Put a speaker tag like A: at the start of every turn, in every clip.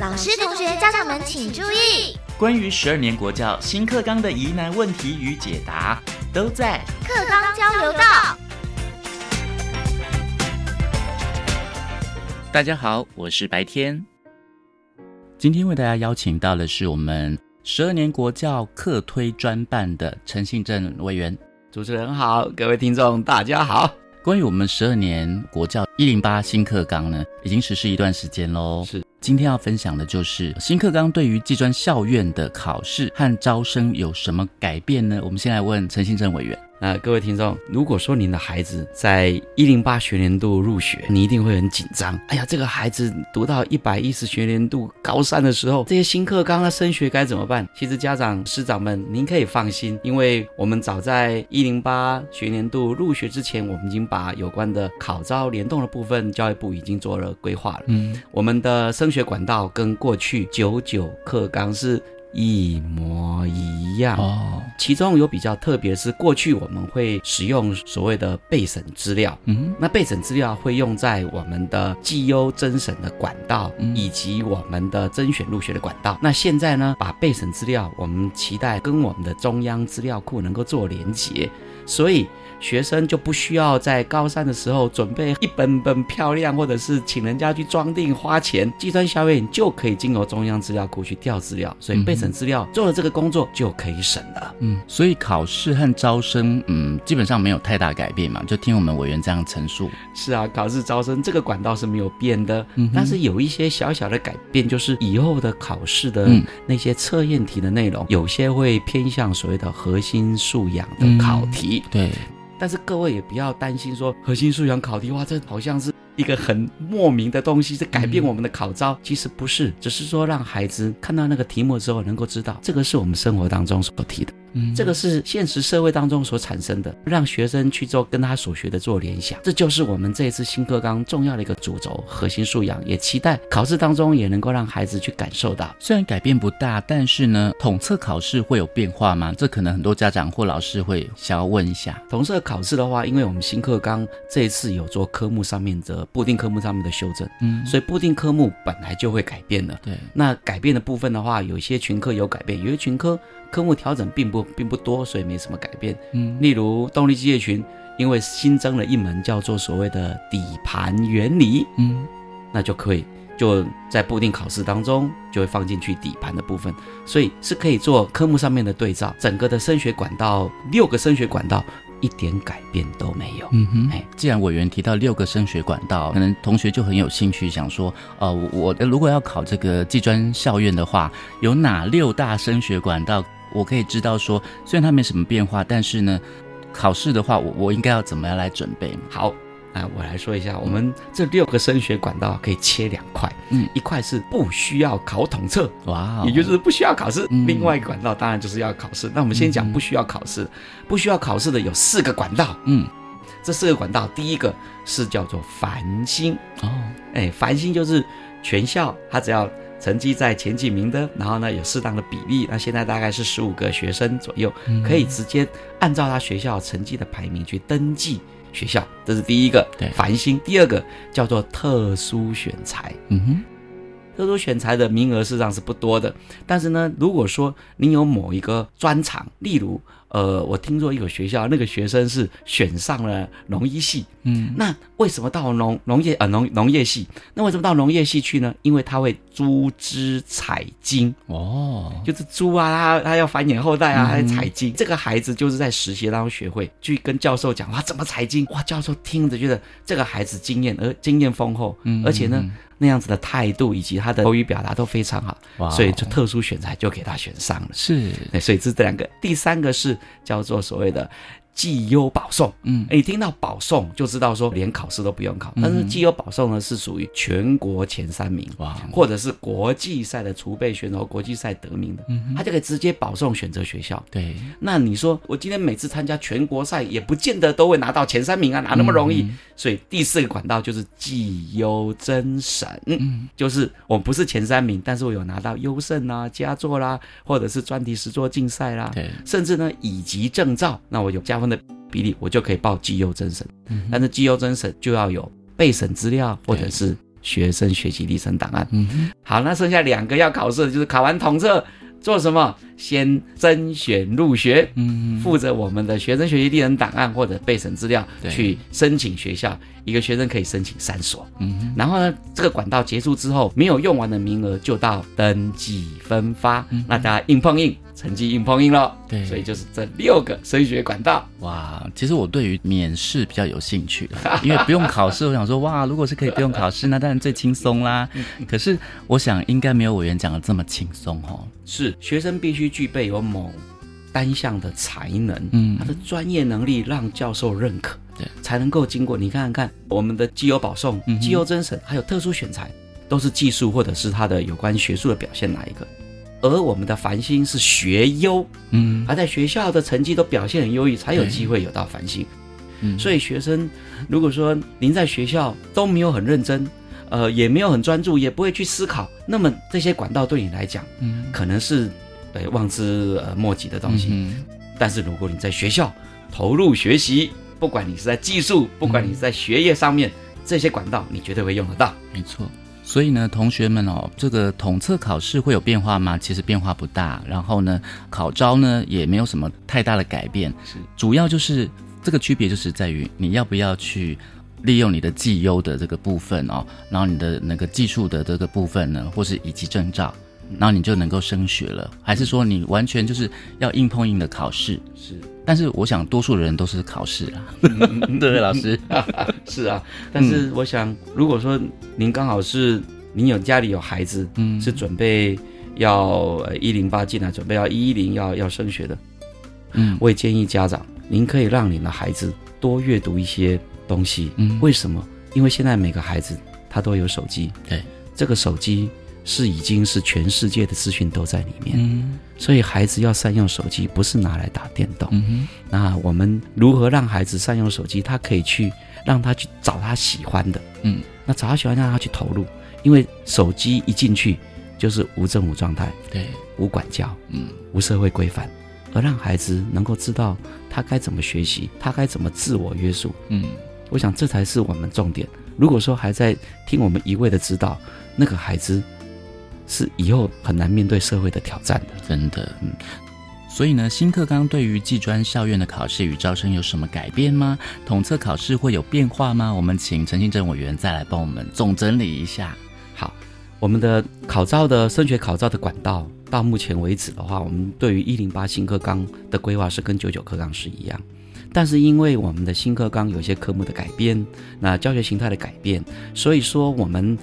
A: 老师、同学、家长们请注意，
B: 关于十二年国教新课纲的疑难问题与解答，都在
A: 课纲交流道。
B: 大家好，我是白天。今天为大家邀请到的是我们十二年国教课推专办的陈信正委员。
C: 主持人好，各位听众大家好。
B: 关于我们十二年国教一零八新课纲呢，已经实施一段时间喽。
C: 是
B: 今天要分享的就是新课纲对于技专校院的考试和招生有什么改变呢？我们先来问陈信正委员。
C: 呃，各位听众，如果说您的孩子在一零八学年度入学，你一定会很紧张。哎呀，这个孩子读到一百一十学年度高三的时候，这些新课纲啊升学该怎么办？其实家长师长们，您可以放心，因为我们早在一零八学年度入学之前，我们已经把有关的考招联动的部分，教育部已经做了规划了。
B: 嗯，
C: 我们的升学管道跟过去九九课纲是一模一样。
B: 哦，
C: 其中有比较特别的是，过去我们会使用所谓的备审资料，
B: 嗯，
C: 那备审资料会用在我们的绩优甄审的管道，
B: 嗯
C: 以及我们的甄选入学的管道。那现在呢，把备审资料，我们期待跟我们的中央资料库能够做连结，所以学生就不需要在高三的时候准备一本本漂亮，或者是请人家去装订花钱，计算校院就可以经由中央资料库去调资料，所以备审资料做了这个工作就可以审了。
B: 嗯，所以考试和招生，嗯，基本上没有太大改变嘛，就听我们委员这样陈述。
C: 是啊，考试招生这个管道是没有变的，
B: 嗯哼
C: 但是有一些小小的改变，就是以后的考试的
B: 嗯
C: 那些测验题的内容，有些会偏向所谓的核心素养
B: 嗯
C: 的考题。
B: 对，
C: 但是各位也不要担心说核心素养考题，哇，这好像是一个很莫名的东西，是改
B: 嗯
C: 变我们的考招。其实不是，只是说让孩子看到那个题目之后，能够知道这个是我们生活当中所提的。
B: 嗯
C: 这个是现实社会当中所产生的，让学生去做跟他所学的做联想，这就是我们这一次新课纲重要的一个主轴核心素养，也期待考试当中也能够让孩子去感受到。
B: 虽然改变不大，但是呢，统测考试会有变化吗？这可能很多家长或老师会想要问一下。
C: 同社考试的话，因为我们新课纲这一次有做科目上面的固定科目上面的修正，
B: 嗯
C: 所以固定科目本来就会改变的。
B: 对，
C: 那改变的部分的话，有一些群科有改变，有些群科科目调整并不并不多，所以没什么改变。
B: 嗯
C: 例如动力机械群，因为新增了一门叫做所谓的底盘原理，
B: 嗯
C: 那就可以就在固定考试当中就会放进去底盘的部分，所以是可以做科目上面的对照。整个的升学管道六个升学管道一点改变都没有。
B: 嗯哼
C: 哎。
B: 既然委员提到六个升学管道，可能同学就很有兴趣，想说，呃，我我如果要考这个技专校院的话，有哪六大升学管道？我可以知道说，虽然它没什么变化，但是呢，考试的话，我我应该要怎么样来准备？
C: 好，啊，我来说一下，我们这六个升学管道可以切两块，
B: 嗯
C: 一块是不需要考统测，
B: 哇、哦，
C: 也就是不需要考试。
B: 嗯
C: 另外一个管道当然就是要考试。那我们先
B: 嗯
C: 讲不需要考试，不需要考试的有四个管道。
B: 嗯
C: 这四个管道，第一个是叫做繁星，
B: 哦，
C: 哎，繁星就是全校他只要成绩在前几名的，然后呢有适当的比例，那现在大概是十五个学生左右，
B: 嗯
C: 可以直接按照他学校成绩的排名去登记。学校，这是第一个
B: 对
C: 繁星，第二个叫做特殊选材，
B: 嗯哼，
C: 特殊选材的名额事实上是不多的，但是呢，如果说你有某一个专长，例如，呃，我听说一个学校那个学生是选上了农医系，
B: 嗯
C: 那为什么到农农业呃农农业系？那为什么到农业系去呢？因为他会株织采精，
B: 哦，
C: 就是猪啊，它它要繁衍后代啊，
B: 嗯
C: 还采精。这个孩子就是在实习当中学会去跟教授讲哇，怎么采精？哇，教授听着觉得这个孩子经验而经验丰厚，
B: 嗯
C: 而且呢
B: 嗯
C: 那样子的态度以及他的口语表达都非常好，
B: 哇哦
C: 所以就特殊选材就给他选上了。
B: 是，
C: 对，所以这是这两个，第三个是叫做所谓的绩优保送。
B: 嗯，
C: 哎，听到保送就知道说连考试都不用考，但是绩优保送呢是属于全国前三名，
B: 哇，哦
C: 或者是国际赛的储备选手、国际赛得名的，他就可以直接保送选择学校。
B: 对，
C: 那你说我今天每次参加全国赛，也不见得都会拿到前三名啊，哪那么容易？
B: 嗯
C: 所以第四个管道就是绩优甄审，就是我不是前三名，但是我有拿到优胜啊、佳作啦，或者是专题实作竞赛啦，
B: 对，
C: 甚至呢以及证照，那我有加分的比例，我就可以报绩优甄审。但是绩优甄审就要有备审资料或者是学生学习历程档案。
B: 嗯哼，
C: 好，那剩下两个要考试，就是考完统测做什么？先甄选入学，
B: 嗯
C: 负责我们的学生学习历程档案或者备审资料
B: 对
C: 去申请学校。一个学生可以申请三所，
B: 嗯哼，
C: 然后呢，这个管道结束之后，没有用完的名额就到登记分发，那大家硬碰硬，成绩硬碰硬咯。
B: 嗯对
C: 所以就是这六个升学管道。
B: 哇，其实我对于免试比较有兴趣，因为不用考试，我想说哇，如果是可以不用考试，那当然最轻松啦。可是我想应该没有委员讲的这么轻松哦。
C: 是学生必须具备有某单项的才能，
B: 嗯
C: 他的专业能力让教授认可，
B: 对，
C: 才能够经过你看看我们的绩优保送、
B: 嗯哼
C: 绩优甄审，还有特殊选材，都是技术或者是他的有关学术的表现哪一个。而我们的繁星是学优，
B: 嗯
C: 他在学校的成绩都表现很优异，才有
B: 对
C: 机会有到繁星。
B: 嗯，
C: 所
B: 以
C: 以学生如果说您在学校都没有很认真，呃，也没有很专注，也不会去思考，那么这些管道对你来讲，
B: 嗯
C: 可能是呃望之呃莫及的东西。
B: 嗯
C: 但是如果你在学校投入学习，不管你是在技术，不管你是在学业上面，这些管道你绝对会用得到。
B: 没错。所以呢，同学们哦，这个统测考试会有变化吗？其实变化不大。然后呢，考招呢也没有什么太大的改变，
C: 是
B: 主要就是这个区别就是在于你要不要去利用你的绩优的这个部分哦，然后你的那个技术的这个部分呢，或是以及证照，然后你就能够升学了，还是说你完全就是要硬碰硬的考试？
C: 是
B: 但是 我想多数的人都是考试啦，对不对，老师？
C: 是啊，但是我想，如果说您刚好是您有家里有孩子，
B: 嗯
C: 是准备要呃一零八进来，准备要一一零要要升学的，
B: 嗯
C: 我也建议家长，您可以让您的孩子多阅读一些东西。
B: 嗯
C: 为什么？因为现在每个孩子他都有手机，
B: 对，
C: 这个手机是已经是全世界的资讯都在里面，
B: 嗯
C: 所以孩子要善用手机，不是拿来打电动。
B: 嗯
C: 那我们如何让孩子善用手机？他可以去让他去找他喜欢的，
B: 嗯，
C: 那找他喜欢，让他去投入，因为手机一进去就是无政府状态，
B: 哼，对，
C: 无管教，
B: 嗯
C: 无社会规范，而让孩子能够知道他该怎么学习，他该怎么自我约束。
B: 嗯
C: 我想这才是我们重点。如果说还在听我们一味的指导，那个孩子是以后很难面对社会的挑战的。
B: 真的，嗯。所以呢，新课纲对于技专校院的考试与招生有什么改变吗？统测考试会有变化吗？我们请陈信正委员再来帮我们总整理一下。
C: 好，我们的考照的升学考照的管道，到目前为止的话，我们对于一零八新课纲的规划是跟九九课纲是一样，但是因为我们的新课纲有一些科目的改变，那教学形态的改变，所以说我们。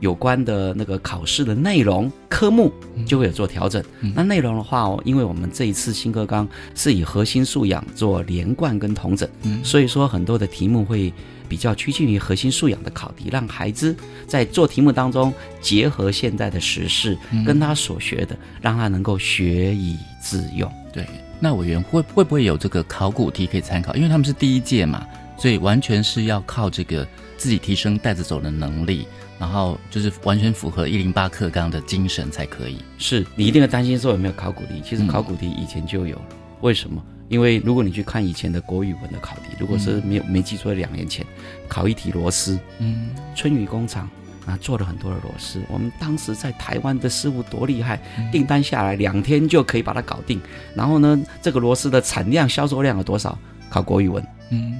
C: 有关的那个考试的内容科目就会有做调整。那内容的话、哦，因为我们这一次新课纲是以核心素养做连贯跟统整，
B: 嗯
C: 所以说很多的题目会比较趋近于核心素养的考题，让孩子在做题目当中结合现在的时事，跟他所学的，让他能够学以致用。
B: 对，那委员会会不会有这个考古题可以参考？因为他们是第一届嘛，所以完全是要靠这个自己提升带着走的能力，然后就是完全符合一零八课纲的精神才可以。
C: 是你一定会担心说有没有考古题，其实
B: 嗯
C: 考古题以前就有了，为什么？因为如果你去看以前的国语文的考题，如果是没有没记错，两年前考一题螺丝，
B: 嗯
C: 春雨工厂啊做了很多的螺丝，我们当时在台湾的师傅多厉害，订单下来两天就可以把它搞定。然后呢，这个螺丝的产量、销售量有多少？考国语文，
B: 嗯，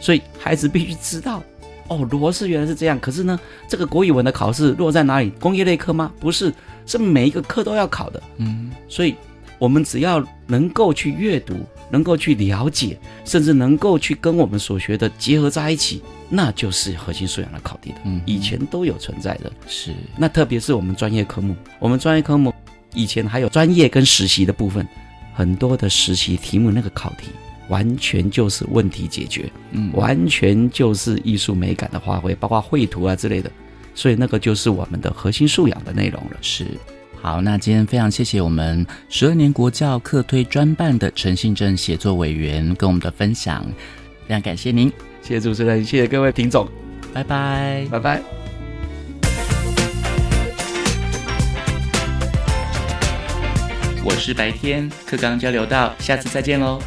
C: 所以孩子必须知道。哦，螺丝原来是这样。可是呢，这个国语文的考试落在哪里？工业类科吗？不是，是每一个科都要考的。
B: 嗯，
C: 所以我们只要能够去阅读，能够去了解，甚至能够去跟我们所学的结合在一起，那就是核心素养的考题的。
B: 嗯哼
C: 以前都有存在的。
B: 是
C: 那特别是我们专业科目，我们专业科目以前还有专业跟实习的部分，很多的实习题目那个考题。完全就是问题解决，
B: 嗯
C: 完全就是艺术美感的发挥，包括绘图啊之类的，所以那个就是我们的核心素养的内容了。
B: 是。好，那今天非常谢谢我们十二年国教课推专办的陈信正写作委员跟我们的分享，非常感谢您，
C: 谢谢主持人，谢谢各位听众，
B: 拜拜。
C: 拜拜。
B: 我是白天课纲交流道，下次再见喽。